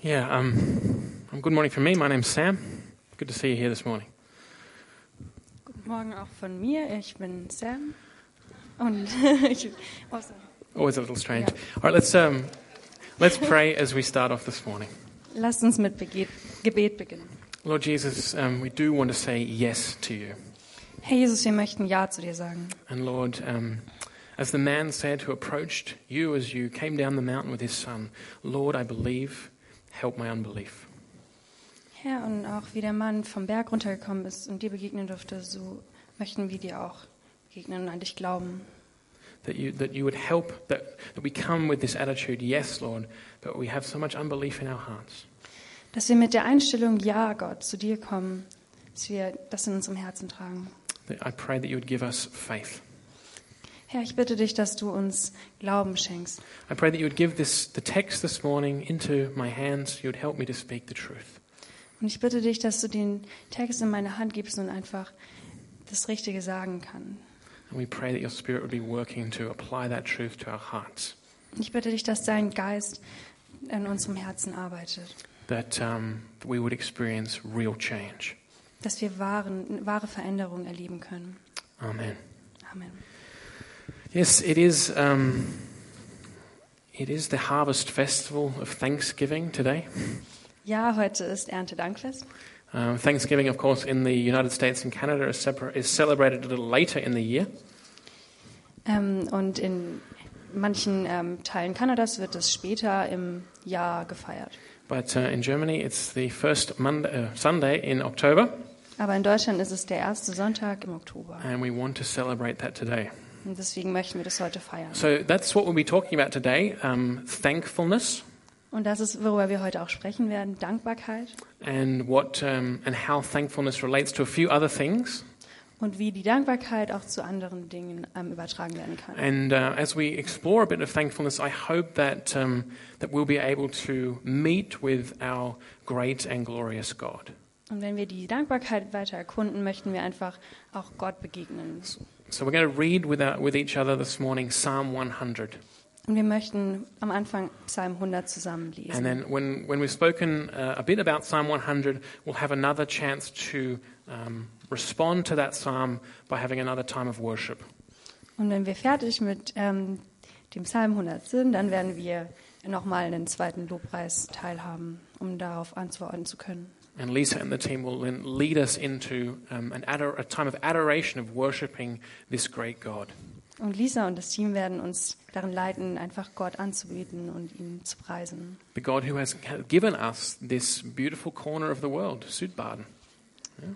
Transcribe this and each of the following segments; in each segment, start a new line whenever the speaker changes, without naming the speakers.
Yeah, um, um, good morning from me. My name's Sam. Good to see you here this morning.
Guten Morgen auch von mir. Ich bin Sam. Und ich, oh, sorry.
Always a little strange. All right, let's, um, let's pray as we start off this morning.
lasst uns mit Bege Gebet beginnen.
Lord Jesus, um, we do want to say yes to you.
Herr Jesus, wir möchten Ja zu dir sagen.
And Lord, um, as the man said who approached you as you came down the mountain with his son, Lord, I believe, help my unbelief.
Herr, und auch wie der Mann vom Berg runtergekommen ist und dir begegnen durfte, so möchten wir dir auch begegnen und an dich glauben.
That you, that you would help, that, that we come with this attitude, yes, Lord, but we have so much unbelief in our hearts.
Dass wir mit der Einstellung Ja, Gott, zu dir kommen, dass wir das in unserem Herzen tragen.
That I pray that you would give us faith.
Herr, ich bitte dich, dass du uns Glauben schenkst.
I pray that you would give this, the text this morning into my hands. You would help me to speak the truth.
Und ich bitte dich, dass du den Text in meine Hand gibst und einfach das Richtige sagen kann.
And we pray that your spirit would be working to apply that truth to our hearts.
Ich bitte dich, dass dein Geist in unserem Herzen arbeitet,
That, um, that we would experience real change.
dass wir wahren, wahre Veränderungen erleben können.
Amen.
Amen.
Yes, it is. Um, it is the harvest festival of Thanksgiving today.
Ja, heute ist Erntedankfest.
Um, Thanksgiving, of course, in the United States and Canada is, separ- is celebrated a little later in the year.
Ähm, und in manchen ähm, Teilen Kanadas wird es später im Jahr gefeiert.
But uh, in Germany, it's the first Monday, uh, Sunday in October,
Aber in Deutschland ist es der erste Sonntag im Oktober.
and we want to celebrate that today.
Und deswegen möchten wir das heute feiern.
So that's what we'll be talking about today um, thankfulness
Und das ist, worüber wir heute auch sprechen werden, Dankbarkeit
and, what, um, and how thankfulness relates to a few other things.
und wie die Dankbarkeit auch zu anderen Dingen ähm, übertragen werden kann.
And uh, as we explore a bit of thankfulness, I hope that, um, that we'll be able to meet with our great and glorious God.
Und wenn wir die Dankbarkeit weiter erkunden, möchten wir einfach auch Gott begegnen.
So we're going to read with, our, with each other this morning Psalm 100.
Und wir möchten am Anfang Psalm 100
And
zusammenlesen.
then when, when we've spoken uh, a bit about Psalm 100, we'll have another chance to um, respond to that psalm by having another time of worship.
Und wenn wir fertig mit ähm, dem Psalm 100 sind, dann werden wir nochmal einen zweiten Lobpreis teilhaben, um darauf antworten zu können.
And Lisa and the team will then lead us into um, an ador- a time of adoration, of worshipping this great God.
Und Lisa und das Team werden uns darin leiten, einfach Gott anzubeten und ihn zu preisen.
The God who has given us this beautiful corner of the world, Südbaden.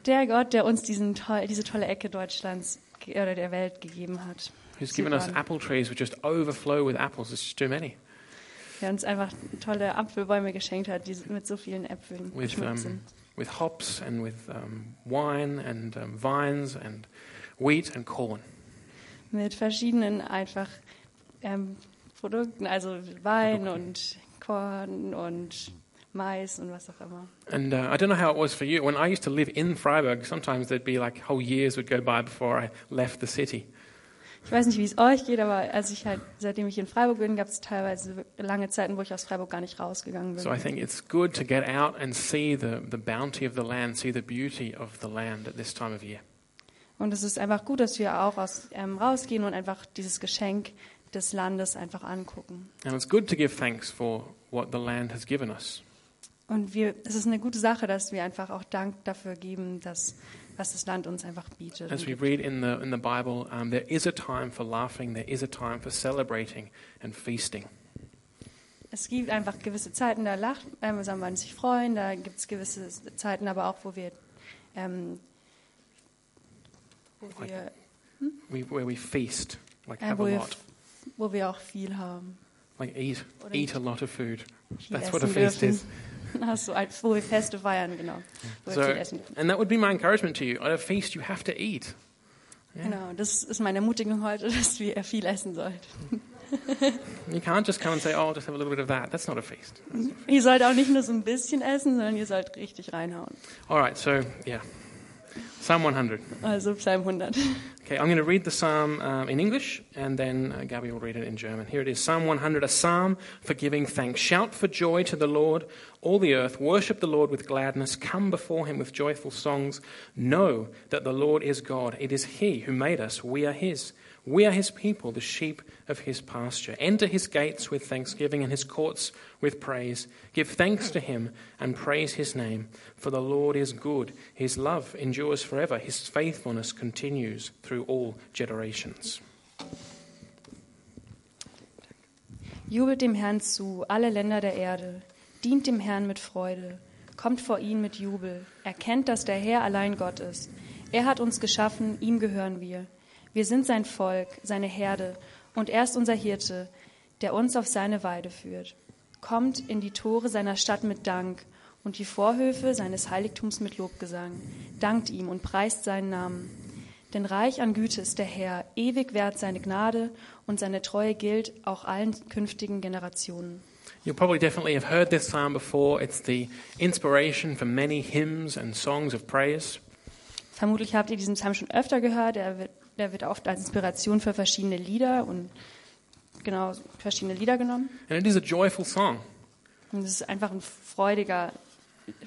Der Gott, der uns diesen toll, diese tolle Ecke Deutschlands ge- oder der Welt gegeben hat.
Who's given us
Südbaden.
apple trees which just overflow with apples. It's just too many.
der uns einfach tolle Apfelbäume geschenkt hat, die mit so vielen Äpfeln
With,
geschmückt sind.
um, with hops and with um, wine and um, vines and wheat and corn.
Mit verschiedenen einfach ähm, Produkten, also Wein
Produkten.
und Korn und Mais und was auch immer.
And uh, I don't know how it was for you. When I used to live in Freiburg, sometimes there'd be like whole years would go by before I left the city.
Ich weiß nicht, wie es euch geht, aber als ich halt, seitdem ich in Freiburg bin, gab es teilweise lange Zeiten, wo ich aus Freiburg gar nicht rausgegangen bin.
So I think it's good to get out and see the, the bounty of the land, see the beauty of the land at this time of year.
Und es ist einfach gut, dass wir auch aus, ähm, rausgehen und einfach dieses Geschenk des Landes einfach angucken.
And it's good to give thanks for what the land has given us.
Und wir, es ist eine gute Sache, dass wir einfach auch Dank dafür geben, dass, was das Land uns einfach bietet.
As we read in the, in the Bible, um, there is a time for laughing, there is a time for celebrating and feasting.
Es gibt einfach gewisse Zeiten, da lacht, ähm, soll man sich freuen, da gibt es gewisse Zeiten aber auch, wo wir, ähm, wo wir,
We, where we feast, like
äh,
have a
wo, wir
lot,
wo wir auch viel haben.
like eat,
Oder
eat a lot of food.
Viel
That's
essen
what a feast
dürfen.
is.
Hast du, ein- wo wir Feste feiern, genau. Wo
So-
wir viel essen. dürfen.
And that would be my encouragement to you. At a feast, you have to eat. Yeah.
Genau, das ist meine Ermutigung heute, dass wir viel essen sollten.
You can't just come and say, oh, I'll just have a little bit of that. That's not a feast.
Ihr sollt auch nicht nur so ein bisschen essen, sondern ihr sollt richtig reinhauen.
All right, so yeah. Psalm 100.
Also Psalm 100.
Okay, I'm going to read the psalm um, in English, and then uh, Gabby will read it in German. Here it is Psalm 100, a psalm for giving thanks. Shout for joy to the Lord, all the earth. Worship the Lord with gladness. Come before him with joyful songs. Know that the Lord is God. It is he who made us. We are his. We are his people, the sheep of his pasture. Enter his gates with thanksgiving and his courts with praise. Give thanks to him and praise his name, for the Lord is good. His love endures forever, his faithfulness continues through all generations.
Jubelt dem Herrn zu, alle Länder der Erde. Dient dem Herrn mit Freude. Kommt vor ihn mit Jubel. Erkennt, dass der Herr allein Gott ist. Er hat uns geschaffen, ihm gehören wir. Wir sind sein Volk, seine Herde. Und er ist unser Hirte, der uns auf seine Weide führt. Kommt in die Tore seiner Stadt mit Dank und die Vorhöfe seines Heiligtums mit Lobgesang. Dankt ihm und preist seinen Namen. Denn reich an Güte ist der Herr, ewig währt seine Gnade und seine Treue gilt auch allen künftigen Generationen.
You'll probably definitely have heard this psalm before. It's the inspiration for many hymns and songs of praise.
Vermutlich habt ihr diesen Psalm schon öfter gehört. Er wird, er wird oft als Inspiration für verschiedene Lieder und genau verschiedene Lieder genommen.
And it is a joyful song.
Und es ist einfach ein freudiger,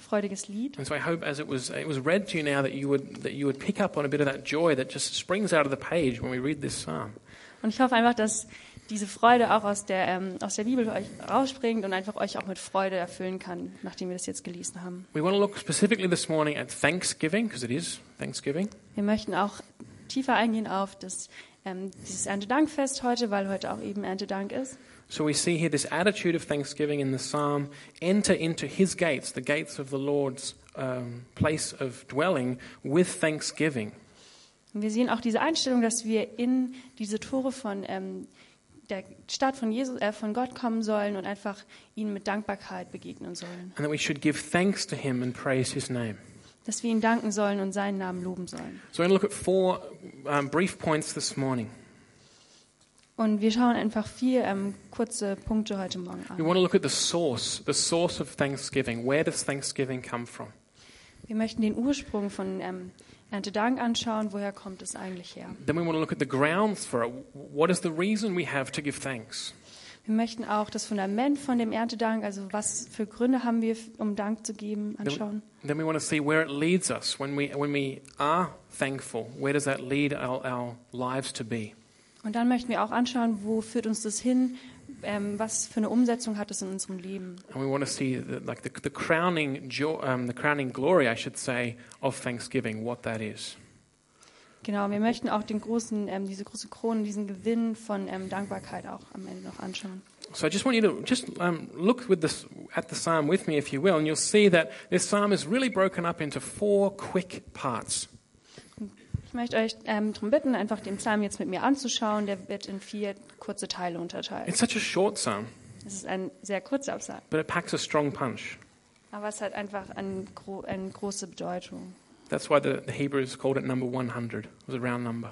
freudiges Lied.
And so I hope as it was, it was read to you now that you, would, that you would pick up on a bit of that joy that just springs out of the page when we read this psalm.
Und ich hoffe einfach, dass diese Freude auch aus der, ähm, aus der Bibel euch rausspringt und einfach euch auch mit Freude erfüllen kann, nachdem wir das jetzt gelesen haben.
We want to look specifically this morning at Thanksgiving, because it is Thanksgiving.
Wir möchten auch tiefer eingehen auf das, ähm, dieses Erntedankfest heute, weil heute auch eben Erntedank ist.
So we see here this attitude of thanksgiving in the psalm enter into his gates, the gates of the Lord's um, place of dwelling, with thanksgiving.
Und wir sehen auch diese Einstellung, dass wir in diese Tore von ähm, der Stadt von, Jesus, äh, von Gott kommen sollen und einfach ihnen mit Dankbarkeit begegnen sollen.
and that we should give thanks to him and praise his name.
Dass wir ihm danken sollen und seinen Namen loben sollen.
So we're going to look at four um, brief points this morning.
Und wir schauen einfach vier ähm, kurze Punkte heute Morgen
We
an.
want to look at the source, the source of thanksgiving. Where does thanksgiving come from?
Wir möchten den Ursprung von ähm, Erntedank anschauen. Woher kommt es eigentlich her?
Then we want to look at the grounds for it. What is the reason we have to give thanks?
Wir möchten auch das Fundament von dem Erntedank, also was für Gründe haben wir, um Dank zu geben, anschauen.
Then we want to see where it leads us when we, when we are thankful. Where does that lead our, our lives to be?
Und dann möchten wir auch anschauen, wo führt uns das hin? Ähm, was für eine Umsetzung hat das in unserem Leben?
And we want to see the, like the, the, crowning jo- um, the crowning glory, I should say, of thanksgiving, what that is.
Genau, wir möchten auch den großen, ähm, diese große Krone, diesen Gewinn von ähm, Dankbarkeit auch am Ende noch anschauen.
So I just want you to just um, look with this, at the psalm with me, if you will, and you'll see that this psalm is really broken up into four quick parts.
Ich möchte euch ähm, darum bitten, einfach den Psalm jetzt mit mir anzuschauen. Der wird in vier kurze Teile unterteilt.
It's such a short psalm,
Es ist ein sehr kurzer Psalm,
but it packs a strong punch.
aber es hat einfach eine, gro eine große Bedeutung.
That's why the, the Hebrews called it number 100. It was a round number.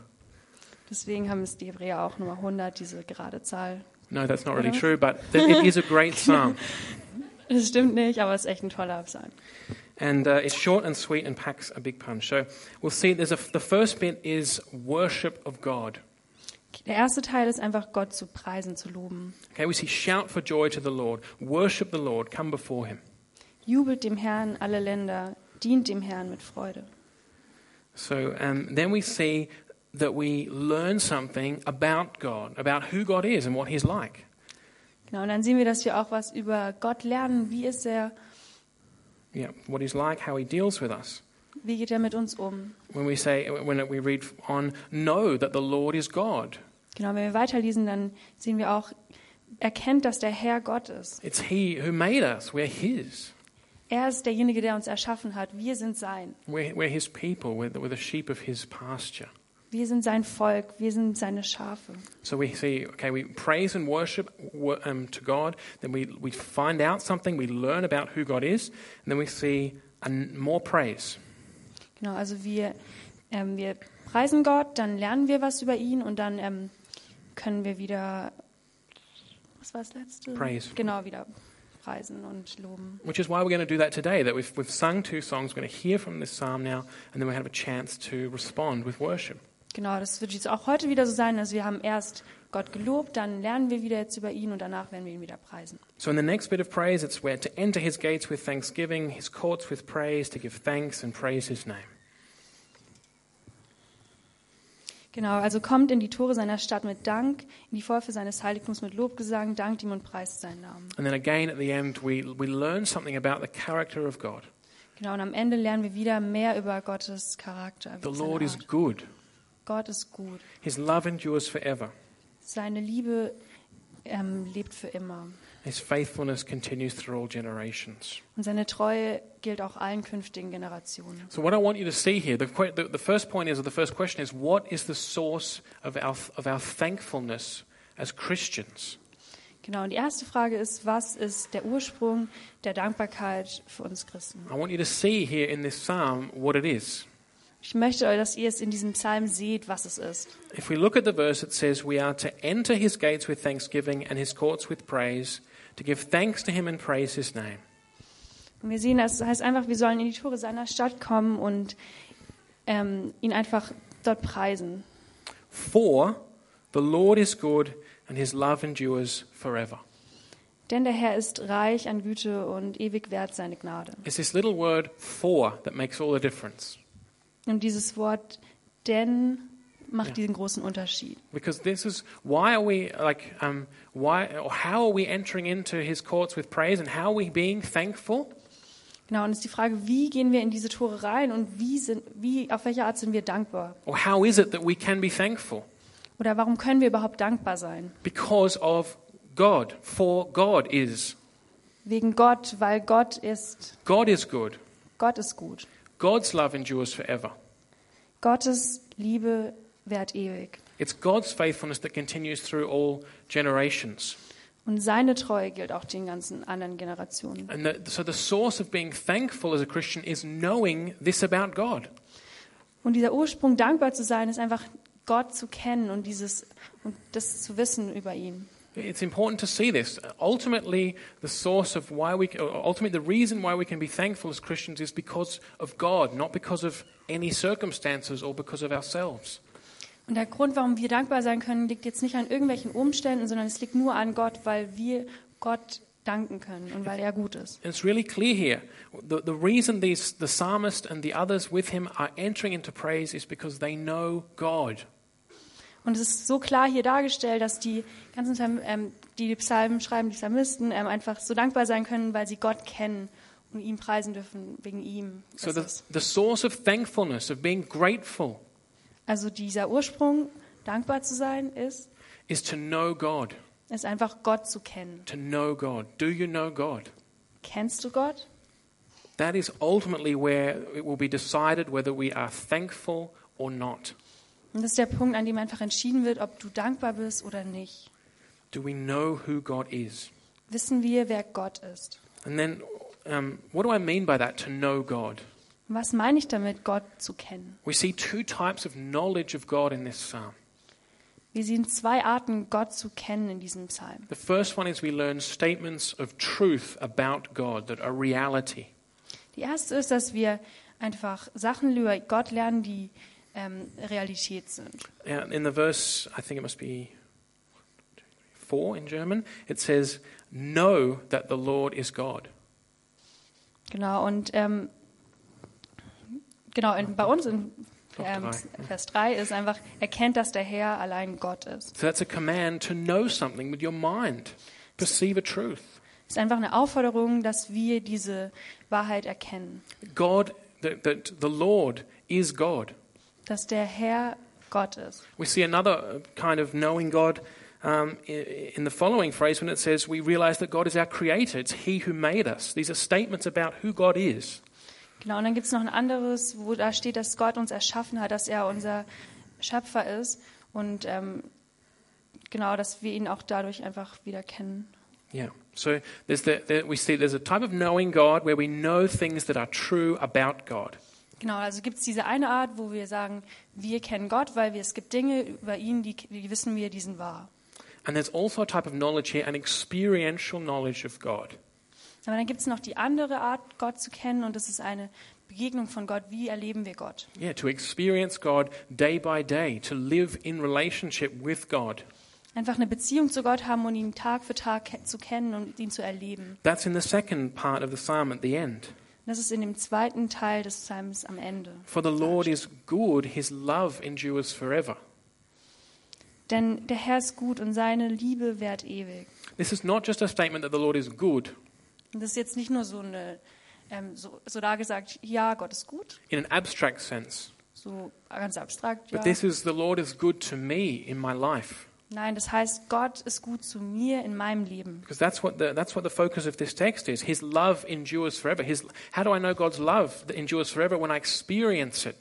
Deswegen haben es die Hebräer auch Nummer 100, diese gerade Zahl.
No, that's not really
Yeah.
true, but th- it is a great psalm.
Das stimmt nicht, aber es ist echt ein toller Psalm.
And uh, it's short and sweet and packs a big punch. So we'll see there's a, the first bit is worship of God.
Der erste Teil ist einfach, Gott zu preisen, zu loben.
Okay, we see shout for joy to the Lord, worship the Lord, come before him.
Jubelt dem Herrn alle Länder, dient dem Herrn mit Freude.
So um, then we see that we learn something about God, about who God is and what He's like.
Genau, und dann sehen wir, dass wir auch was über Gott lernen. Wie ist er?
Yeah, what He's like, how He deals with us.
Wie geht er mit uns um?
When we say, when we read on, know that the Lord is God.
Genau, wenn wir weiterlesen, dann sehen wir auch, erkennt, dass der Herr Gott ist.
It's He who made us. We're His.
Er ist derjenige, der uns erschaffen hat. Wir sind sein.
We're, we're His people. We're the, we're the sheep of His pasture.
Wir sind sein Volk. Wir sind seine Schafe.
So we see, okay, we praise and worship wo- um, to God. Then we, we find out something. We learn about who God is. And then we see an, more praise.
Genau, also wir, ähm, wir preisen Gott, dann lernen wir was über ihn und dann ähm, können wir wieder, was war das letzte?
Praise.
Genau, wieder preisen und loben.
Which is why we're going to do that today. That we've, we've sung two songs, we're going to hear from this psalm now, and then we have a chance to respond with worship.
Genau, das wird jetzt auch heute wieder so sein. Also wir haben erst Gott gelobt, dann lernen wir wieder jetzt über ihn und danach werden wir ihn wieder preisen.
So in the next bit of praise, it's where to enter his gates with thanksgiving, his courts with praise, to give thanks and praise his name.
Genau, also kommt in die Tore seiner Stadt mit Dank, in die Vorfe seines Heiligtums mit Lobgesang, dankt ihm und preist seinen Namen.
And then again at the end, we, we learn something about the character of God.
Genau, und am Ende lernen wir wieder mehr über Gottes Charakter.
The
über seine
Lord is
Art.
good,
Gott ist gut.
his love endures forever,
Seine Liebe ähm, lebt für immer.
his faithfulness continues through all generations.
Und seine Treue gilt auch allen künftigen Generationen.
So, what I want you to see here, the, que- the, the first point is, or the first question is, what is the source of our, of our thankfulness as Christians?
Genau, und die erste Frage ist, was ist der Ursprung der Dankbarkeit für uns Christen?
I want you to see here in this psalm what it is.
Ich möchte, euch, dass ihr es in diesem Psalm seht, was es ist.
If we look at the verse, it says, We are to enter his gates with thanksgiving and his courts with praise, to give thanks to him and praise his name.
Und wir sehen, das heißt einfach, wir sollen in die Tore seiner Stadt kommen und ähm, ihn einfach dort preisen.
For the Lord is good and his love endures forever.
Denn der Herr ist reich an Güte und ewig wert seine Gnade.
It's this little word for that makes all the difference.
Und dieses Wort denn macht
Ja.
diesen großen Unterschied.
Because this is why are we like um, why or how are we entering into his courts with praise and how are we being thankful?
Genau, und es ist die Frage, wie gehen wir in diese Tore rein und wie sind, wie, auf welche Art sind wir dankbar?
Or how is it that we can be thankful?
Oder warum können wir überhaupt dankbar sein?
Because of God, for God is.
Wegen Gott, weil Gott ist,
God is good.
Gott ist gut.
God's love endures forever.
Gottes Liebe währt ewig.
It's God's faithfulness that continues through all generations.
Und seine Treue gilt auch den ganzen anderen Generationen.
And the, so the source of being thankful as a Christian is knowing this about God.
Und dieser Ursprung, dankbar zu sein, ist einfach Gott zu kennen und dieses und das zu wissen über ihn.
It's important to see this. Ultimately, the source of why we, or ultimately, the reason why we can be thankful as Christians is because of God, not because of any circumstances or because of ourselves.
Und der Grund, warum wir dankbar sein können, liegt jetzt nicht an irgendwelchen Umständen, sondern es liegt nur an Gott, weil wir Gott danken können und weil er gut ist.
And it's really clear here. The, the reason these, the psalmist and the others with him are entering into praise is because they know God.
Und es ist so klar hier dargestellt, dass die ganzen Psalm- ähm, die die Psalmen schreiben, die Psalmisten ähm, einfach so dankbar sein können, weil sie Gott kennen und ihn preisen dürfen wegen ihm.
So
ist
the,
es.
the source of thankfulness, of being grateful,
Also dieser Ursprung, dankbar zu sein, ist,
is to know God.
ist einfach Gott zu kennen.
To know God. Do you know God?
Kennst du Gott?
That is ultimately where it will be decided whether we are thankful or not.
Und das ist der Punkt, an dem einfach entschieden wird, ob du dankbar bist oder nicht.
Do we know who God is?
Wissen wir, wer Gott ist?
And then, um, what do I mean by that, to know God?
Und was meine ich damit, Gott zu kennen?
We see two types of knowledge of God in this psalm.
Wir sehen zwei Arten, Gott zu kennen in diesem Psalm.
The first one is we learn statements of truth about God that are reality.
Die erste ist, dass wir einfach Sachen über Gott lernen, die ähm, Realität sind.
Uh, in the verse, I think it must be four in German, it says, Know that the Lord is God.
Genau, und ähm, genau, in, bei uns in
Doch,
ähm,
drei.
Vers 3 ist einfach, erkennt, dass der Herr allein Gott ist.
So that's a command to know something with your mind, perceive a truth.
Es ist einfach eine Aufforderung, dass wir diese Wahrheit erkennen,
God, that, that the Lord is God.
dass der Herr Gott ist.
We see another uh, kind of knowing God um, i- in the following phrase when it says, We realize that God is our creator, it's He who made us. These are statements about who God is.
Genau, und dann gibt es noch ein anderes, wo da steht, dass Gott uns erschaffen hat, dass er unser Schöpfer ist und ähm, genau, dass wir ihn auch dadurch einfach wieder kennen.
Yeah. So there's the, the, we see there's a type of knowing God where we know things that are true about God.
Genau, also gibt es diese eine Art, wo wir sagen, wir kennen Gott, weil wir, es gibt Dinge über ihn, die, die wissen wir, die sind wahr.
And there's also a type of knowledge here, an experiential knowledge of God.
Aber dann gibt es noch die andere Art, Gott zu kennen, und das ist eine Begegnung von Gott. Wie erleben wir Gott?
Yeah, to experience God day by day, to live in relationship with God.
Einfach eine Beziehung zu Gott haben und ihn Tag für Tag ke- zu kennen und ihn zu erleben.
That's in the second part of the psalm at the end.
Das ist in dem zweiten Teil des Psalms am Ende.
For the Lord is good, his love endures forever.
Denn der Herr ist gut und seine Liebe währt ewig.
This is not just a statement that the Lord is good.
Und das ist jetzt nicht nur so eine, ähm, so, so da gesagt, ja, Gott ist gut,
in an abstract sense.
so ganz abstrakt, ja.
But this is the Lord is good to me in my life.
Nein, das heißt, Gott ist gut zu mir in meinem Leben.
Because that's what, the, that's what the focus of this text is. His love endures forever. His, how do I know God's love that endures forever when I experience it?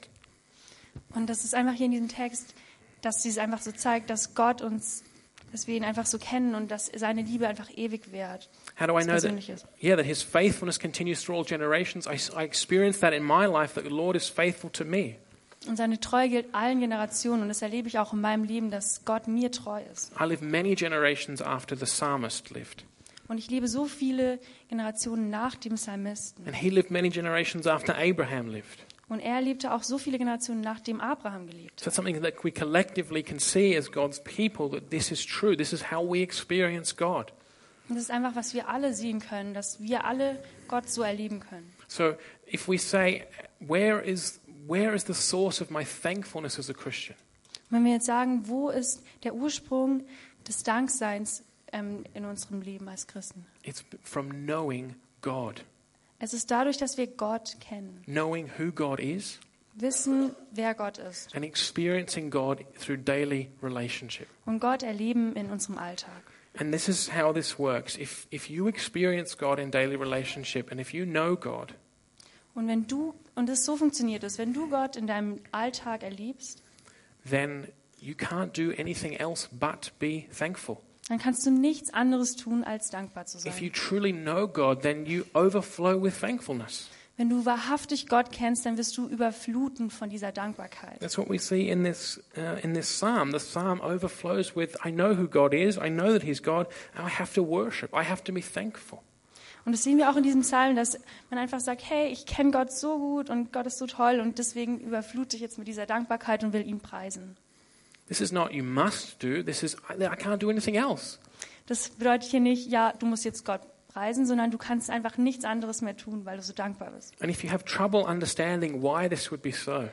Und das ist einfach hier in diesem Text, dass dies einfach so zeigt, dass Gott uns, dass wir ihn einfach so kennen und dass seine Liebe einfach ewig währt.
How do I know
Das
that,
Persönliches.
yeah, that His faithfulness continues through all generations? I, s- I experience that in my life, that the Lord is faithful to me.
Und seine Treue gilt allen Generationen und das erlebe ich auch in meinem Leben, dass Gott mir treu ist.
I live many generations after the psalmist lived.
Und ich lebe so viele Generationen nach dem Psalmisten.
And he lived many generations after Abraham lived.
Und er lebte auch so viele Generationen, nachdem Abraham gelebt
So it's something that we collectively can see as God's people that this is true. This is how we experience God.
Und das ist einfach, was wir alle sehen können, dass wir alle Gott so erleben können.
So if we say, where is, where is the source of my thankfulness as a Christian?
Und wenn wir jetzt sagen, wo ist der Ursprung des Dankseins ähm, in unserem Leben als Christen?
It's from knowing God,
Es ist dadurch, dass wir Gott kennen,
knowing who God is,
wissen, wer Gott ist
and experiencing God through daily relationship.
und Gott erleben in unserem Alltag.
And this is how this works. If, if you experience God in daily relationship, and if you know God,
Und wenn du, und das so funktioniert es, wenn du Gott in deinem Alltag erlebst,
then you can't do anything else but be thankful.
dann kannst du nichts anderes tun, als dankbar zu
If you
sein.
truly know God, then you overflow with thankfulness.
Wenn du wahrhaftig Gott kennst, dann wirst du überfluten von dieser Dankbarkeit.
That's what we see in this uh, in this psalm. The psalm overflows with I know who God is. I know that he's God. And I have to worship. I have to be thankful.
Und das sehen wir auch in diesem Psalm, dass man einfach sagt, hey, ich kenne Gott so gut und Gott ist so toll und deswegen überflute ich jetzt mit dieser Dankbarkeit und will ihn preisen.
This is not you must do. This is I, I can't do anything else.
Das bedeutet hier nicht, ja, du musst jetzt Gott preisen, sondern du kannst einfach nichts anderes mehr tun, weil du so dankbar bist.
And if you have trouble understanding why this would be so,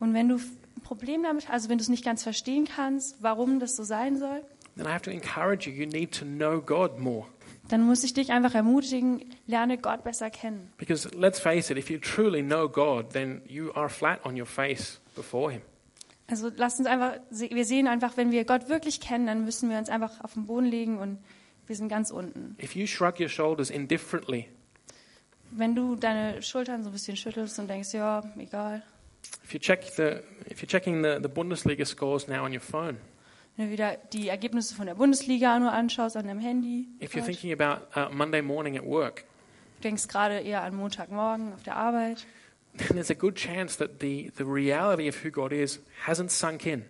Und wenn du ein Problem damit, also wenn du es nicht ganz verstehen kannst, warum das so sein soll,
then I have to encourage you. You need to know God more.
dann muss ich dich einfach ermutigen, lerne Gott besser kennen.
Because let's face it, if you truly know God, then you are flat on your face before Him.
Also lasst uns einfach, wir sehen einfach, wenn wir Gott wirklich kennen, dann müssen wir uns einfach auf den Boden legen und wir sind ganz unten.
If you shrug your shoulders indifferently,
Wenn du deine Schultern so ein bisschen schüttelst und denkst, ja, egal,
if you check the if you're checking the, the Bundesliga scores now on your phone,
wenn du wieder die Ergebnisse von der Bundesliga nur anschaust an deinem Handy,
If you're
Gott,
thinking about uh, Monday morning at work,
du denkst gerade eher an Montagmorgen auf der Arbeit,
then there's a good chance that the, the reality of who God is hasn't sunk in.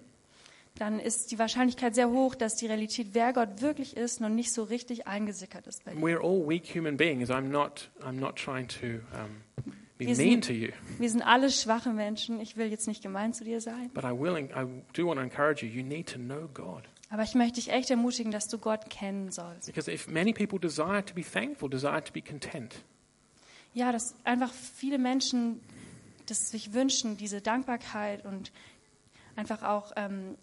dann ist die Wahrscheinlichkeit sehr hoch, dass die Realität, wer Gott wirklich ist, noch nicht so richtig eingesickert ist bei dir.
We're all weak human beings. I'm not, I'm not trying to um, be
Wir sind-
mean to you,
Wir sind alle schwache Menschen, ich will jetzt nicht gemein zu dir sein,
but I, will, en- I do want to encourage you. You need to know God.
aber ich möchte dich echt ermutigen, dass du Gott kennen sollst.
Because if many people desire to be thankful, desire to be content,
Ja, dass einfach viele Menschen das sich wünschen, diese Dankbarkeit und einfach auch ähm,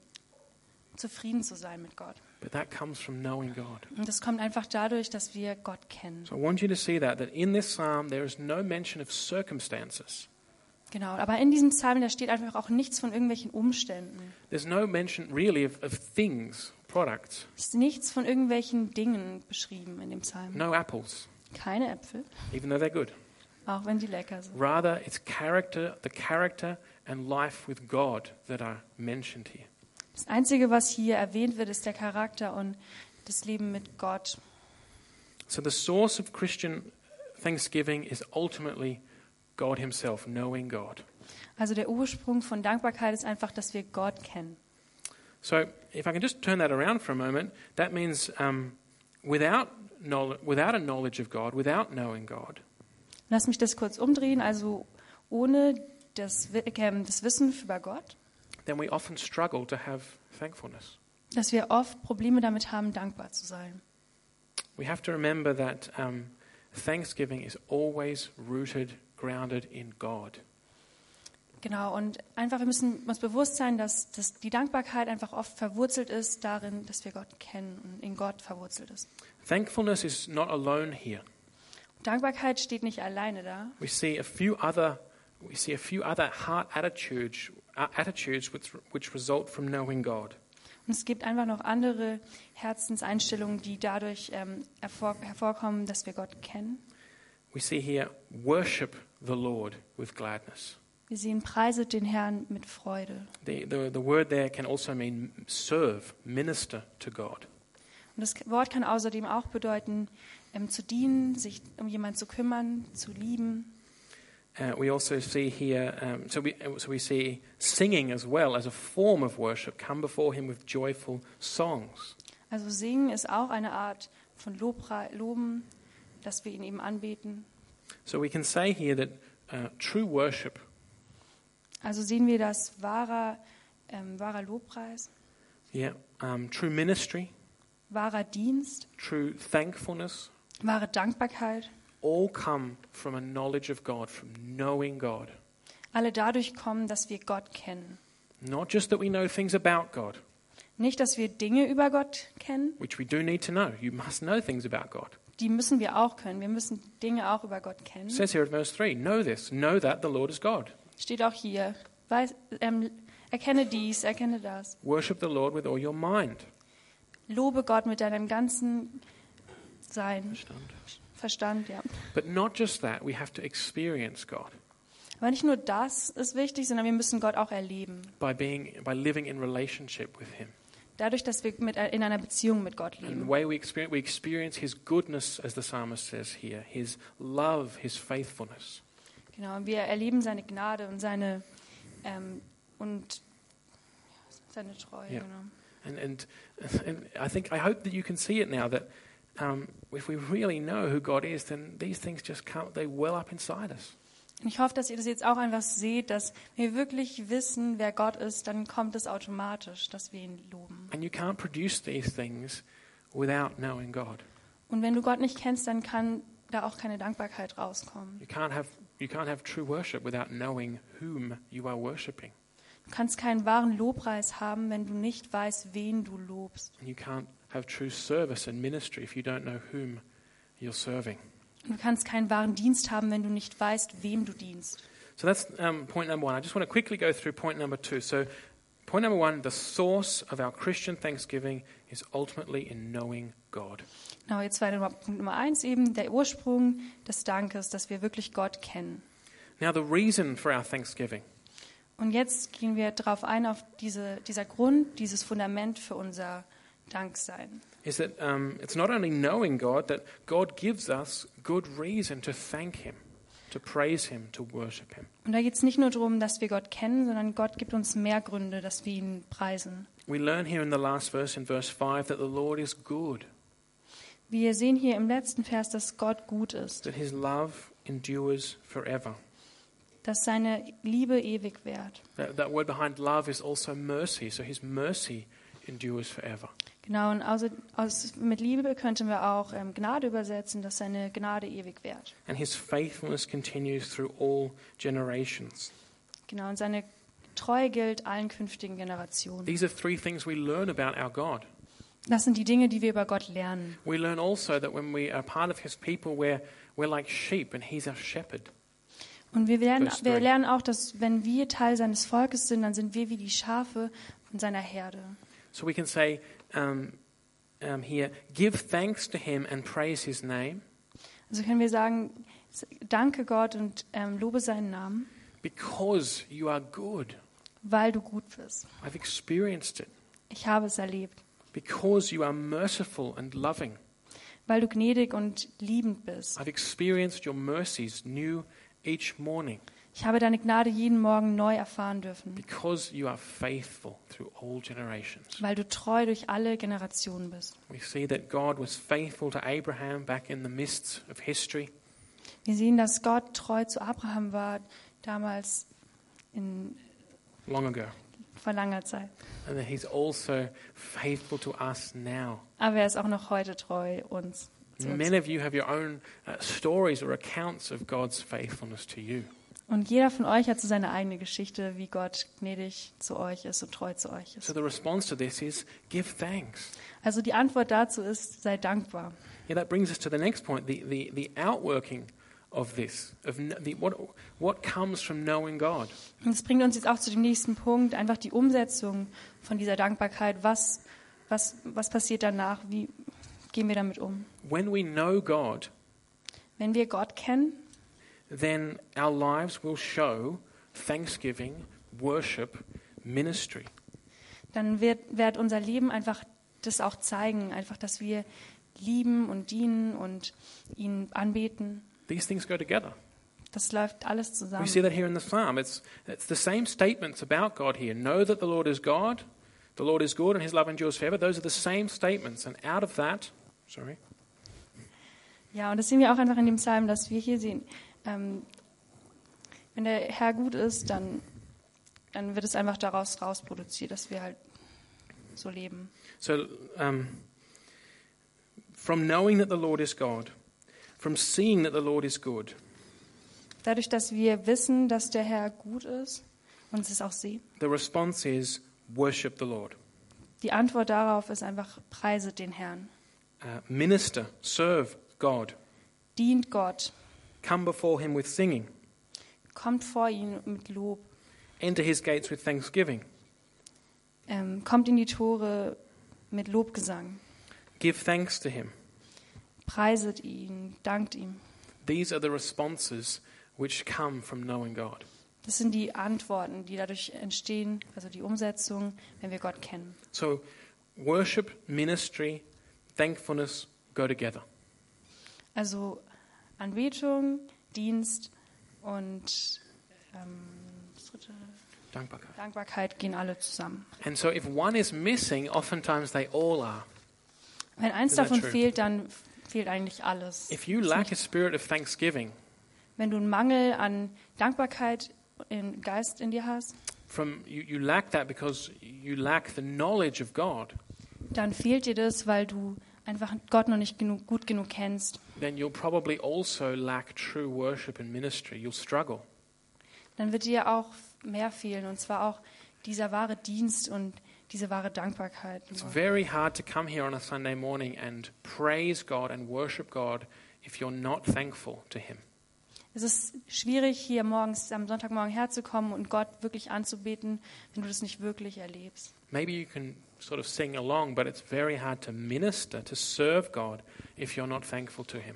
zufrieden zu sein mit Gott.
but that comes from knowing God.
Und das kommt einfach dadurch, dass wir Gott kennen.
So I want you to see that, that in this psalm, there is no mention of circumstances.
Genau. Aber in diesem Psalm, da steht einfach auch nichts von irgendwelchen Umständen.
There's no mention, really, of, of things, products,
Es ist nichts von irgendwelchen Dingen beschrieben in dem Psalm.
no apples,
Keine Äpfel,
even though they're good.
auch wenn die lecker sind.
Rather, it's character, the character and life with God that are mentioned here.
Das Einzige, was hier erwähnt wird, ist der Charakter und das Leben mit Gott.
So the source of Christian thanksgiving is ultimately God Himself, knowing God.
Also der Ursprung von Dankbarkeit ist einfach, dass wir Gott kennen.
So if I can just turn that around for a moment, that means um, without, knowl- without a knowledge of God, without knowing God,
Lass mich das kurz umdrehen. Also ohne das, Wi- ähm, das Wissen über Gott,
then we often struggle to have thankfulness.
dass wir oft Probleme damit haben, dankbar zu sein.
We have to remember that um, thanksgiving is always rooted, grounded in God.
Genau, und einfach, wir müssen uns bewusst sein, dass, dass die Dankbarkeit einfach oft verwurzelt ist darin, dass wir Gott kennen und in Gott verwurzelt ist.
Thankfulness is not alone here.
Dankbarkeit steht nicht alleine da.
We see a few other, we see a few other heart attitudes, uh, attitudes which, which result from knowing God.
Und es gibt einfach noch andere Herzenseinstellungen, die dadurch ähm, hervor, hervorkommen, dass wir Gott kennen.
We see here, worship the Lord with gladness.
Wir sehen, preiset den Herrn mit Freude.
The, the, the word there can also mean serve, minister to God.
Und das Wort kann außerdem auch bedeuten, ähm, zu dienen, sich um jemanden zu kümmern, zu lieben.
Uh, we also see here, um, so, we, so we see singing as well as a form of worship come before him with joyful songs.
Also singen ist auch eine Art von Lobpre Loben, dass wir ihn eben anbeten.
So we can say here that uh, true worship
Also sehen wir, dass wahrer, ähm, wahrer Lobpreis,
Yeah, um, true ministry,
wahrer Dienst,
true thankfulness,
wahre Dankbarkeit,
all come from a knowledge of God, from knowing God.
alle dadurch kommen, dass wir Gott kennen.
Not just that we know things about God,
Nicht, dass wir Dinge über Gott kennen,
which we do need to know. You must know things about God.
die müssen wir auch können. Wir müssen Dinge auch über Gott kennen.
It says here at verse 3 Know this, know that the Lord is God.
Steht auch hier. Weiß, ähm, erkenne dies, erkenne das.
Worship the Lord with all your mind.
Lobe Gott mit deinem ganzen Sein, Verstand, ja.
But not just that, we have to experience God
Aber nicht nur das ist wichtig, sondern wir müssen Gott auch erleben.
by, being, by living in relationship with Him.
Dadurch, dass wir mit, äh, in einer Beziehung mit Gott
And the
leben.
way we experience, we experience His goodness, as the psalmist says here, His love, His faithfulness.
Genau, und wir erleben seine Gnade und seine, ähm, und seine Treue.
Ja.
Genau.
And, and, and I think, I hope that you can see it now that um, if we really know who God is, then these things just come, they well up inside us.
Und ich hoffe, dass ihr das jetzt auch einfach seht, dass wir wirklich wissen, wer Gott ist, dann kommt es automatisch, dass wir ihn loben.
And you can't produce these things without knowing God.
Und wenn du Gott nicht kennst, dann kann da auch keine Dankbarkeit rauskommen.
You can't have, you can't have true worship without knowing whom you are worshipping.
Du kannst keinen wahren Lobpreis haben, wenn du nicht weißt, wen du lobst.
And you can't have true service and ministry if you don't know whom you're serving.
Und Du kannst keinen wahren Dienst haben, wenn du nicht weißt, wem du dienst.
So that's um, point number one. I just want to quickly go through point number two. So, point number one the source of our Christian thanksgiving is ultimately in knowing God.
Genau, jetzt war der Punkt Nummer eins eben der Ursprung des Dankes, dass wir wirklich Gott kennen.
Now, the reason for our thanksgiving
Und jetzt gehen wir darauf ein, auf diese, dieser Grund, dieses Fundament für unser Danksein.
is that um, it's not only knowing God, that God gives us good reason to thank Him, to praise Him, to worship Him.
Und da geht es nicht nur darum, dass wir Gott kennen, sondern Gott gibt uns mehr Gründe, dass wir ihn preisen.
We learn here in the last verse, in verse 5, that the Lord is good,
Wir sehen hier im letzten Vers, dass Gott gut ist,
that His love endures forever.
dass seine Liebe ewig währt.
That, that word behind love is also mercy, so His mercy endures forever.
Genau, und außer, aus, mit Liebe könnten wir auch ähm, Gnade übersetzen, dass seine Gnade ewig währt.
And His faithfulness continues through all generations.
Genau, und seine Treue gilt allen künftigen Generationen.
These are three things we learn about our God.
Das sind die Dinge, die wir über Gott lernen.
We learn also that when we are part of his people, we're, we're like sheep and he's our shepherd.
Und wir lernen,
Verse
wir
three.
lernen auch, dass wenn wir Teil seines Volkes sind, dann sind wir wie die Schafe von seiner Herde.
So we can say um, um, here, give thanks to him and praise his name
Also können wir sagen, danke Gott und ähm, lobe seinen Namen,
because you are good.
weil du gut bist.
I've experienced it.
Ich habe es erlebt,
Because you are merciful and loving.
weil du gnädig und liebend bist.
I've experienced your mercies new each morning.
Ich habe deine Gnade jeden Morgen neu erfahren dürfen,
because you are faithful through all generations.
weil du treu durch alle Generationen bist.
We see that God was faithful to Abraham back in the mists of history.
Wir sehen, dass Gott treu zu Abraham war, damals in
long ago.
vor langer Zeit.
And that he's also faithful to us now.
Aber er ist auch noch heute treu uns. zu uns.
Many of you have your own uh, stories or accounts of God's faithfulness to you.
Und jeder von euch hat so seine eigene Geschichte, wie Gott gnädig zu euch ist und treu zu euch
So
ist.
the response to this is give thanks.
Also die Antwort dazu ist, sei dankbar.
Yeah, that brings us to the next point the, the, the outworking of this, of kn- the, what, what comes from knowing God.
Und das bringt uns jetzt auch zu dem nächsten Punkt, einfach die Umsetzung von dieser Dankbarkeit. Was, was, was passiert danach? Wie gehen wir damit um?
When we know God,
Wenn wir Gott kennen,
then our lives will show thanksgiving, worship, ministry.
dann wird, wird unser Leben einfach das auch zeigen, einfach, dass wir lieben und dienen und ihn anbeten.
These things go together.
Das läuft alles
We see
zusammen.
that here in the psalm. It's, it's the same statements about God here. Know that the Lord is God, the Lord is good, and his love endures forever. Those are the same statements. And out of that, sorry,
Ja, und das sehen wir auch einfach in dem Psalm, dass wir hier sehen, ähm, wenn der Herr gut ist, dann, dann wird es einfach daraus rausproduziert, dass wir halt so leben.
so um, from knowing that the Lord is God, from seeing that the Lord is good,
Dadurch, dass wir wissen, dass der Herr gut ist und es ist auch sie,
the response is worship the Lord,
die Antwort darauf ist einfach, preiset den Herrn,
uh, minister, serve God,
dient Gott,
come before him with singing,
kommt vor ihn mit Lob,
enter his gates with thanksgiving,
ähm, kommt in die Tore mit Lobgesang,
give thanks to him.
preiset ihn, dankt ihm.
These are the responses which come from knowing God.
Das sind die Antworten, die dadurch entstehen, also die Umsetzung, wenn wir Gott kennen.
So, worship, ministry, thankfulness go together.
Also Anbetung, Dienst und ähm, das dritte,
Dankbarkeit.
Dankbarkeit gehen alle zusammen.
And so, if one is missing, oftentimes they all are.
Wenn eins
Is that
davon
true?
fehlt, dann f- fehlt eigentlich alles.
If you lack a spirit of thanksgiving,
Wenn du einen Mangel an Dankbarkeit im Geist in dir hast,
from you, you lack that because you lack the knowledge of God,
dann fehlt dir das, weil du einfach Gott noch nicht genug, gut genug kennst.
then you'll probably also lack true worship and ministry. You'll struggle.
dann wird dir auch mehr fehlen, und zwar auch dieser wahre Dienst und diese wahre Dankbarkeit.
It's very hard to come here on a Sunday morning and praise God and worship God if you're not thankful to Him.
Es ist schwierig, hier morgens, am Sonntagmorgen herzukommen und Gott wirklich anzubeten, wenn du das nicht wirklich erlebst.
Maybe you can sort of sing along, but it's very hard to minister, to serve God, if you're not thankful to Him.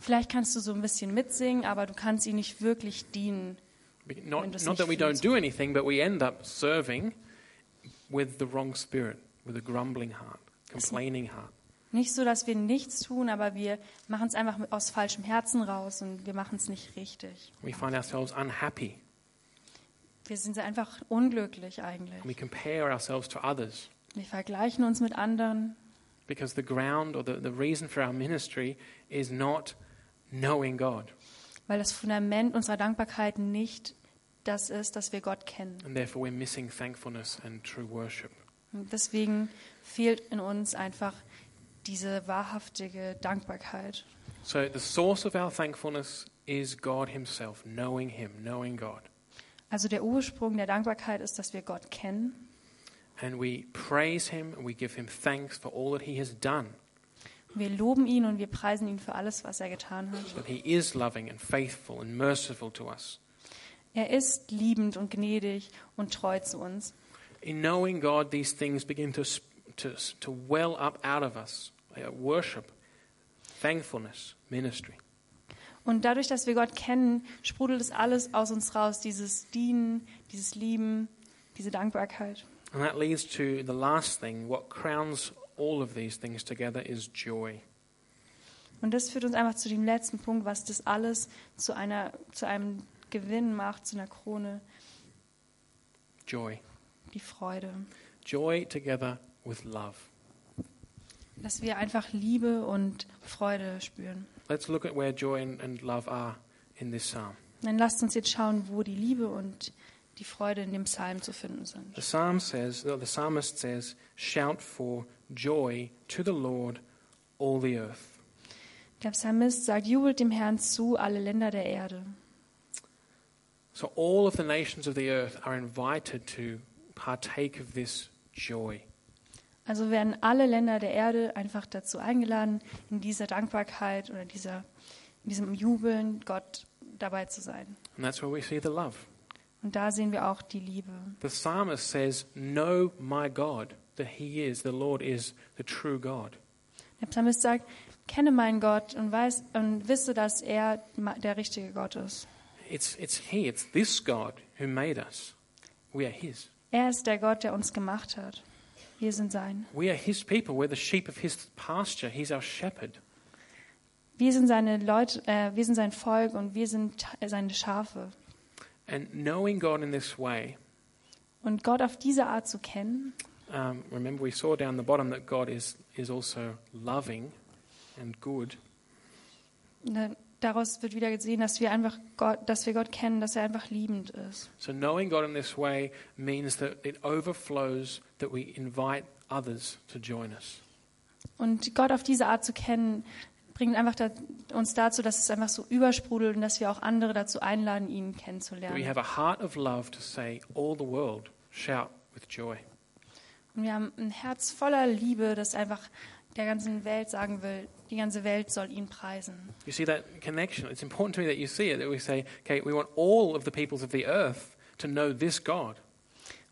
Vielleicht kannst du so ein bisschen mitsingen, aber du kannst ihm nicht wirklich dienen.
Be-
Wenn du
Not,
es
not that
nicht
we don't
fühlst.
do anything, but we end up serving with the wrong spirit, with a grumbling heart, complaining heart.
Nicht so, dass wir nichts tun, aber wir machen es einfach mit- aus falschem Herzen raus und wir machen es nicht richtig.
We find ourselves unhappy.
Wir sind einfach unglücklich eigentlich.
We compare ourselves to others
Wir vergleichen uns mit anderen.
because the ground or the, the reason for our ministry is not knowing God.
weil das Fundament unserer Dankbarkeit nicht das ist, dass wir Gott kennen.
And therefore, we're missing thankfulness and true worship.
Und deswegen fehlt in uns einfach diese wahrhaftige Dankbarkeit.
So, the source of our thankfulness is God Himself, knowing Him, knowing God.
Also der Ursprung der Dankbarkeit ist, dass wir Gott kennen
And we praise him and we give him thanks for all that he has done.
wir loben ihn und wir preisen ihn für alles, was er getan hat.
That he is loving and faithful and merciful to us.
Er ist liebend und gnädig und treu zu uns.
In knowing God, these things begin to, sp- to, s- to well up out of us uh, worship, thankfulness, ministry.
Und dadurch, dass wir Gott kennen, sprudelt es alles aus uns raus, dieses Dienen, dieses Lieben, diese Dankbarkeit.
And that leads to the last thing. What crowns all of these things together is joy.
Und das führt uns einfach zu dem letzten Punkt, was das alles zu, einer, zu einem Ge- Gewinn macht zu einer Krone,
Joy.
die Freude.
Joy together with love.
Dass wir einfach Liebe und Freude spüren.
Let's look at where joy and, and love are in this psalm.
Dann lasst uns jetzt schauen, wo die Liebe und die Freude in dem Psalm zu finden sind.
The psalm says, the psalmist says, shout for joy to the Lord, all the earth.
Der Psalmist sagt, jubelt dem Herrn zu, alle Länder der Erde.
So all of the nations of the earth are invited to partake of this joy.
Also werden alle Länder der Erde einfach dazu eingeladen, in dieser Dankbarkeit oder dieser, in diesem Jubeln Gott dabei zu sein.
And that's where we see the love.
Und da sehen wir auch die Liebe.
The psalmist says, Know my God, that he is, the Lord is the true God.
Der Psalmist sagt, kenne meinen Gott und, weiß, und wisse, dass er ma- der richtige Gott ist.
It's, it's he, it's this God who made us. We are his.
Er ist der Gott, der uns gemacht hat. Wir sind sein.
We are his people. We're the sheep of his pasture. He's our shepherd.
Wir sind seine Leute, äh, wir sind sein Volk und wir sind äh, seine Schafe.
And knowing God in this way
Und Gott auf diese Art zu kennen,
Um, remember, we saw down the bottom that God is, is also loving and good.
ne, daraus wird wieder gesehen, dass wir einfach Gott, dass wir Gott kennen, dass er einfach liebend ist.
So, knowing God in this way means that it overflows, that we invite others to join us.
Und Gott auf diese Art zu kennen, bringt einfach da, uns dazu, dass es einfach so übersprudelt und dass wir auch andere dazu einladen, ihn
That we
kennenzulernen.
have a heart of love to say, all the world shout with joy.
Und wir haben ein Herz voller Liebe, das einfach der ganzen Welt sagen will, die ganze Welt soll ihn preisen.
You see that connection? It's important to me that you see it, that we say, okay, we want all of the peoples of the earth to know this God.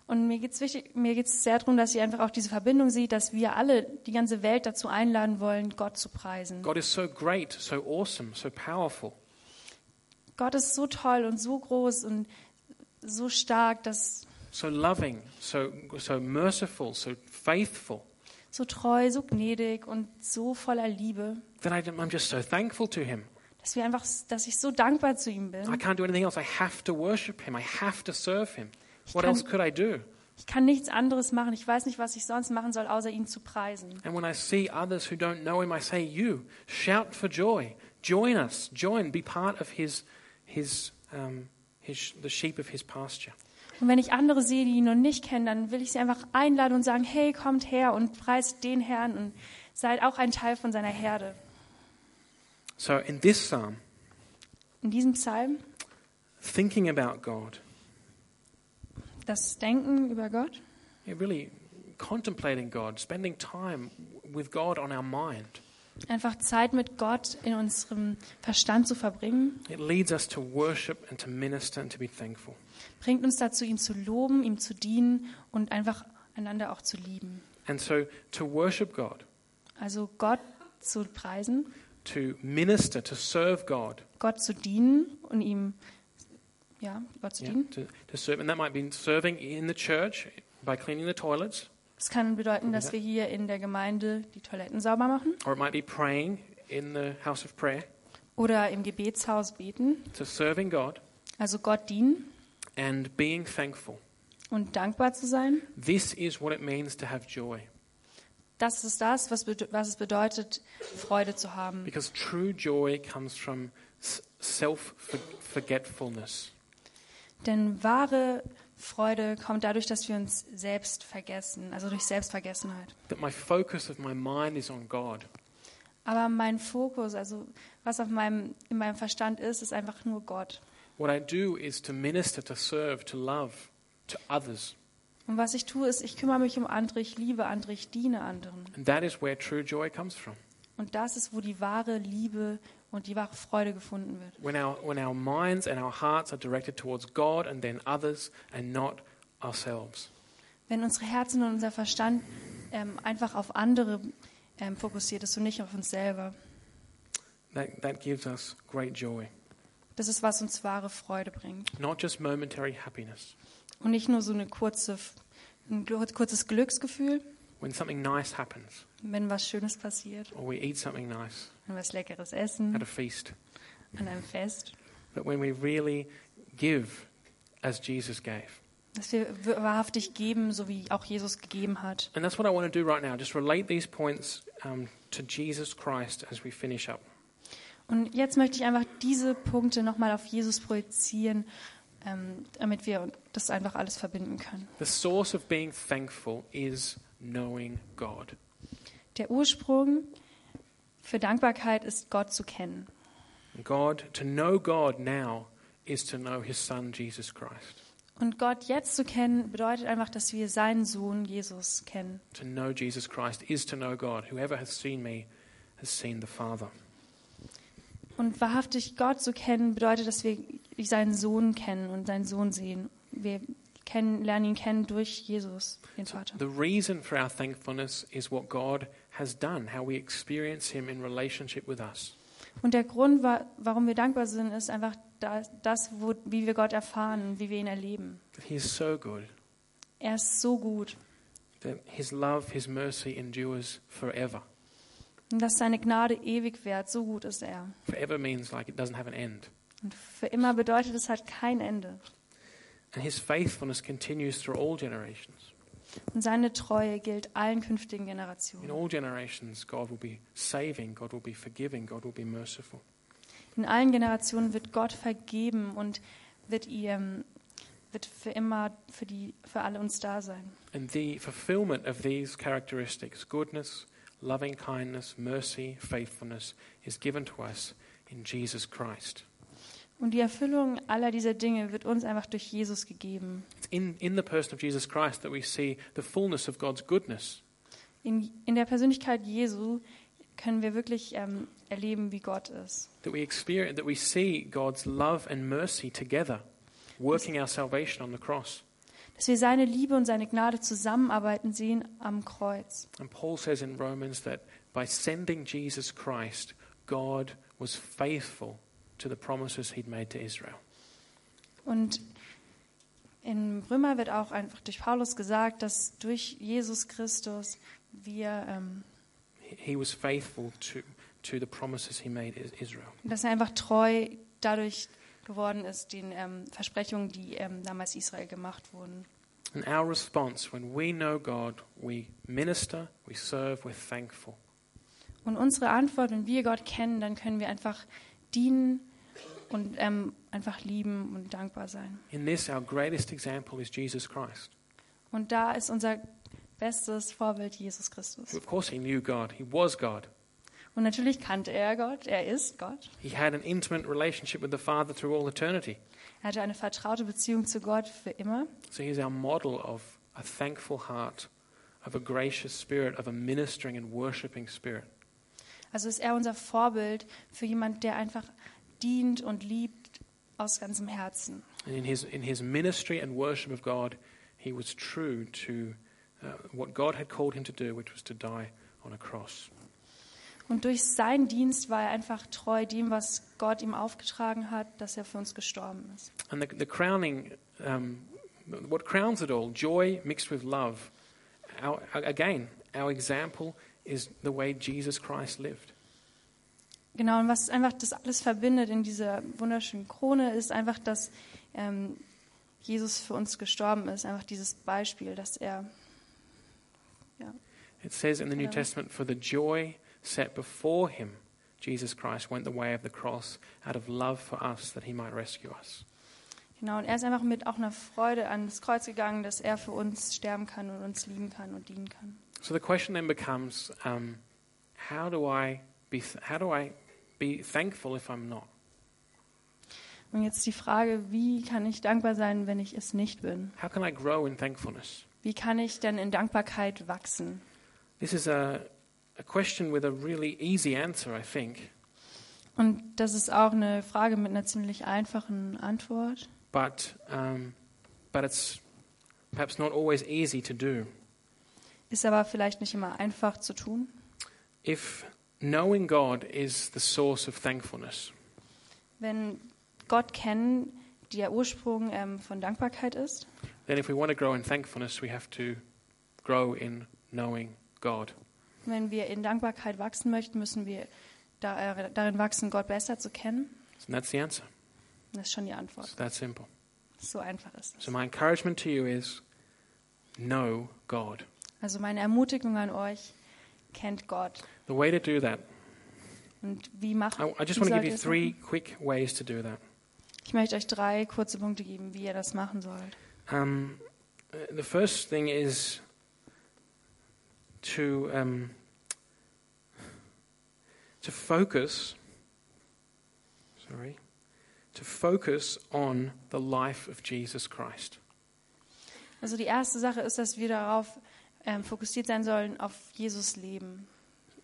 Und mir geht's wichtig, mir geht's sehr darum, dass ihr einfach auch diese Verbindung seht, dass wir alle, die ganze Welt dazu einladen wollen, Gott zu preisen.
God is so great, so awesome, so powerful.
Gott ist so toll und so groß und so stark, dass
So loving, so, so merciful, so faithful.
so treu, so gnädig und so voller Liebe,
that I, am just so thankful to him.
dass wir einfach, dass ich so dankbar zu ihm
I
bin.
can't do anything else. I have to worship him. I have to serve him. What
kann-
else could I do?
Ich kann nichts anderes machen. Ich weiß nicht, was ich sonst machen soll, außer ihn zu preisen.
And when I see others who don't know him, I say, You, shout for joy. Join us. Join. Be part of his, his, um, his, the sheep of his pasture.
Und wenn ich andere sehe, die ihn noch nicht kennen, dann will ich sie einfach einladen und sagen, hey, kommt her und preist den Herrn und seid auch ein Teil von seiner Herde.
So, in this psalm,
In diesem Psalm,
thinking about God,
das Denken über Gott,
yeah, really contemplating God, spending time with God on our mind,
einfach Zeit mit Gott in unserem Verstand zu verbringen,
it leads us to worship and to minister and to be thankful.
bringt uns dazu, ihm zu loben, ihm zu dienen und einfach einander auch zu lieben.
And so, to worship God,
Also Gott zu preisen,
to minister, to serve God.
Gott zu dienen und ihm, ja, Gott zu
Yeah,
dienen.
to, to serve, and that might be serving in the church by cleaning the toilets,
Das kann bedeuten, dass wir hier in der Gemeinde die Toiletten sauber machen
or it might be praying in the house of prayer,
oder im Gebetshaus beten,
to serving God
also Gott dienen
and being thankful.
und dankbar zu sein.
This is what it means to have joy,
Das ist das, was, bede- was es bedeutet, Freude zu haben.
because true joy comes from self forgetfulness.
Denn wahre Freude kommt dadurch, dass wir uns selbst vergessen, also durch Selbstvergessenheit.
That my focus of my mind is on God,
Aber mein Fokus, also was auf meinem, in meinem Verstand ist, ist einfach nur Gott.
what I do is to minister, to serve, to love to others,
Und was ich tue, ist, ich kümmere mich um andere, ich liebe andere, ich diene anderen.
and that is where true joy comes from.
Und das ist, wo die wahre Liebe und die wahre Freude gefunden wird.
when our, when our minds and our hearts are directed towards God and then others and not ourselves.
Wenn unsere Herzen und unser Verstand ähm, einfach auf andere ähm, fokussiert ist und nicht auf uns selber.
That, that gives us great joy,
Das ist, was uns wahre Freude bringt.
not just momentary happiness.
Und nicht nur so eine kurze, ein gl- kurzes Glücksgefühl,
When something nice happens,
wenn was Schönes passiert,
or we eat something nice
wenn wir was Leckeres
at
essen,
a feast,
an einem Fest.
but when we really Give as Jesus gave.
Dass wir wahrhaftig geben, so wie auch Jesus gegeben hat.
And that's what I want to do right now. Just relate these points um, to Jesus Christ as we finish up.
Und jetzt möchte ich einfach diese Punkte nochmal auf Jesus projizieren, ähm, damit wir das einfach alles verbinden können.
The source of being thankful is knowing God.
Der Ursprung für Dankbarkeit ist, Gott zu kennen.
God, to know God now is to know his son Jesus Christ.
Und Gott jetzt zu kennen, bedeutet einfach, dass wir seinen Sohn Jesus kennen.
To know Jesus Christ is to know God. Whoever has seen me has seen the Father.
Und wahrhaftig Gott zu kennen, bedeutet, dass wir seinen Sohn kennen und seinen Sohn sehen. Wir kennen, lernen ihn kennen durch Jesus, den Vater.
The reason for our thankfulness is what God has done, how we experience him in relationship with us.
Und der Grund, wa- warum wir dankbar sind, ist einfach das, das wo, wie wir Gott erfahren, wie wir ihn erleben.
That he is so good.
Er ist so gut.
That his love, his mercy endures forever.
Und dass seine Gnade ewig währt, so gut ist er.
Forever means like it doesn't have an end.
Und für immer bedeutet es halt kein Ende.
And his faithfulness continues through all generations.
Und seine Treue gilt allen künftigen
In
Generationen.
all generations, God will be saving, God will be forgiving, God will be merciful.
In allen Generationen wird Gott vergeben und wird ihr wird für immer für die für alle uns da sein.
And the fulfillment of these characteristics goodness, loving kindness, mercy, faithfulness is given to us in Jesus Christ.
Und die Erfüllung aller dieser Dinge wird uns einfach durch Jesus gegeben.
It's in, in the person of Jesus Christ that we see the fullness of God's goodness.
In, in der Persönlichkeit Jesu können wir wirklich ähm, erleben, wie Gott ist.
That we experience, that we see God's love and mercy together, working our salvation on the cross.
Dass wir seine Liebe und seine Gnade zusammenarbeiten sehen am Kreuz.
And Paul says in Romans that by sending Jesus Christ, God was faithful to the promises he'd made to Israel.
Und in Römer wird auch einfach durch Paulus gesagt, dass durch Jesus Christus wir, ähm,
He he was faithful to, to the promises he made Is- Israel.
dass er einfach treu dadurch geworden ist, den ähm, Versprechungen, die ähm, damals Israel gemacht wurden.
And our response, when we know God, we minister, we serve, we're thankful.
Und unsere Antwort, wenn wir Gott kennen, dann können wir einfach dienen und ähm, einfach lieben und dankbar sein.
In this, our greatest example is Jesus Christ.
Und da ist unser bestes Vorbild Jesus
Who,
Christus.
of course, he knew God, he was God.
Und natürlich kannte er Gott, er ist Gott.
He had an intimate relationship with the Father through all eternity.
Er hatte eine vertraute Beziehung zu Gott für immer.
So he's our model of a thankful heart, of a gracious spirit, of a ministering and worshipping spirit.
Also ist er unser Vorbild für jemand, der einfach dient und liebt aus ganzem Herzen.
And in his, in his ministry and worship of God, he was true to uh, what God had called him to do, which was to die on a cross.
Und durch seinen Dienst war er einfach treu dem, was Gott ihm aufgetragen hat, dass er für uns gestorben ist.
And the, the crowning, um, what crowns it all, joy mixed with love. Our, again, our example is the way Jesus Christ lived.
Genau, und was einfach das alles verbindet in dieser wunderschönen Krone, ist einfach, dass ähm, Jesus für uns gestorben ist. Einfach dieses Beispiel, dass er. Ja.
It says in the New
Hello.
Testament, for the joy set before him, Jesus Christ went the way of the cross out of love for us that he might rescue us.
Genau, und er ist einfach mit auch einer Freude ans Kreuz gegangen, dass er für uns sterben kann und uns lieben kann und dienen kann.
So the question then becomes um, how, do I be th- how do I be thankful if I'm not?
Und jetzt die Frage, wie kann ich dankbar sein, wenn ich es nicht bin?
How can I grow in thankfulness?
Wie kann ich denn in Dankbarkeit wachsen?
This is a, a question with a really easy answer, I think.
Und das ist auch eine Frage mit einer ziemlich einfachen Antwort.
but um, but it's perhaps not always easy to do.
Ist aber vielleicht nicht immer einfach zu tun.
If knowing God is the source of thankfulness,
Wenn Gott kennen der Ursprung ähm, von Dankbarkeit ist,
then if we want to grow in thankfulness, we have to grow in knowing God.
wenn wir in Dankbarkeit wachsen möchten, müssen wir da, äh, darin wachsen, Gott besser zu kennen.
And that's the answer.
Und das ist schon die Antwort.
It's that simple.
So einfach ist es.
So, my encouragement to you is know God.
Also meine Ermutigung an euch, kennt Gott.
The way to do that,
Und wie macht
I, I just
wie
want to
sollt
give you
ihr's
three
machen?
quick ways to do that.
Ich möchte euch drei kurze Punkte geben, wie ihr das machen sollt.
Um, uh, the first thing is to um, to focus. Sorry, to focus on the life of Jesus Christ.
Also die erste Sache ist, dass wir darauf ähm, fokussiert sein sollen, auf Jesus Leben.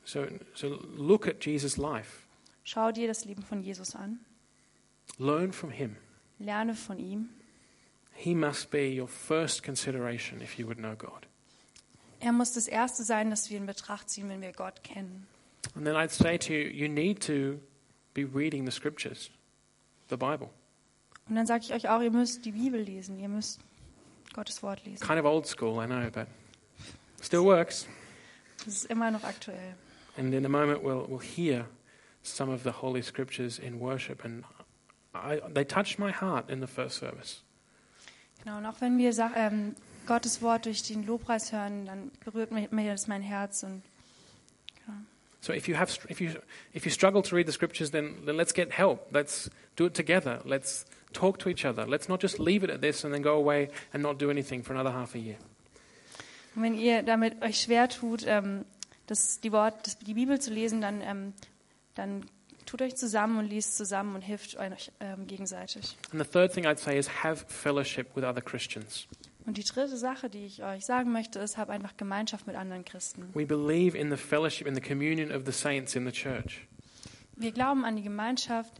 So, so look at Jesus' life.
Schau dir das Leben von Jesus an,
Learn from him.
lerne von ihm.
He must be your first consideration if you would know God.
Er muss das Erste sein, das wir in Betracht ziehen, wenn wir Gott kennen.
And then I'd say to you, you need to be reading the scriptures, the Bible.
Und dann sage ich euch auch, ihr müsst die Bibel lesen, ihr müsst Gottes Wort lesen.
Kind of old school, I know, but still works.
Das ist immer noch aktuell.
And in a moment, we'll, we'll hear some of the Holy Scriptures in worship. And I, they touched my heart in the first service.
Genau, und auch wenn wir Sa- ähm, Gottes Wort durch den Lobpreis hören, dann berührt mir, mir das mein Herz. Und
So if you, have, str- if you, if you struggle to read the Scriptures, then, then let's get help. Let's do it together. Let's talk to each other. Let's not just leave it at this and then go away and not do anything for another half a year.
und wenn ihr damit euch schwer tut, ähm, das, die, Wort, das, die Bibel zu lesen, dann, ähm, dann tut euch zusammen und liest zusammen und hilft euch ähm, gegenseitig.
And the third thing I'd say is have fellowship with other Christians.
Und die dritte Sache, die ich euch sagen möchte, ist, hab einfach Gemeinschaft mit anderen Christen.
We believe in the fellowship, in the communion of the saints in the church.
Wir glauben an die Gemeinschaft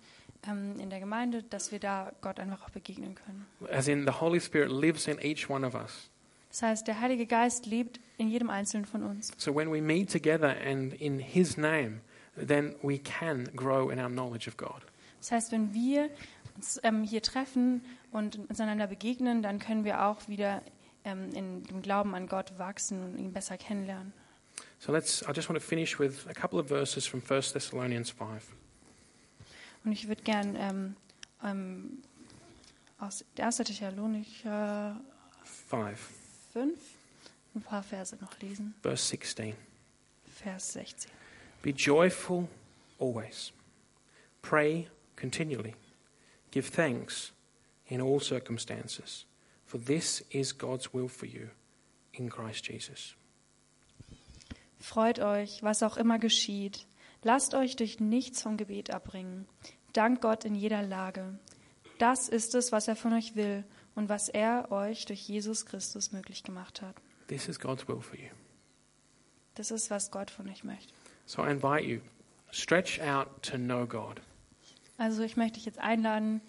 ähm, in der Gemeinde, dass wir da Gott einfach auch begegnen können.
As in, the Holy Spirit lives in each one of us.
Das heißt, der Heilige Geist lebt in jedem Einzelnen von uns.
So when we meet together and in His name, then we can grow in our knowledge of God.
Das heißt, wenn wir uns ähm, hier treffen und uns einander begegnen, dann können wir auch wieder ähm, in dem Glauben an Gott wachsen und ihn besser kennenlernen.
So let's, I just want to finish with a couple of verses from 1 Thessalonians 5.
Und ich würde gern ähm, ähm, aus 1. Thessalonicher
5,
5 ein paar Verse noch lesen.
verse 16.
Vers 16.
Be joyful always. Pray continually. Give thanks in all circumstances, for this is God's will for you in Christ Jesus.
Freut euch, was auch immer geschieht. Lasst euch durch nichts vom Gebet abbringen. Dankt Gott in jeder Lage. Das ist es, was er von euch will und was er euch durch Jesus Christus möglich gemacht hat.
This is God's will for you.
Das ist, was Gott von euch möchte.
So I invite you, stretch out to know God.
Also ich möchte dich jetzt einladen,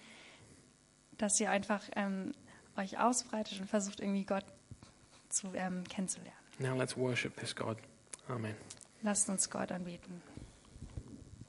dass ihr einfach ähm, euch ausbreitet und versucht, irgendwie Gott zu ähm, kennenzulernen.
Now let's worship this God. Amen.
Lasst uns Gott anbeten.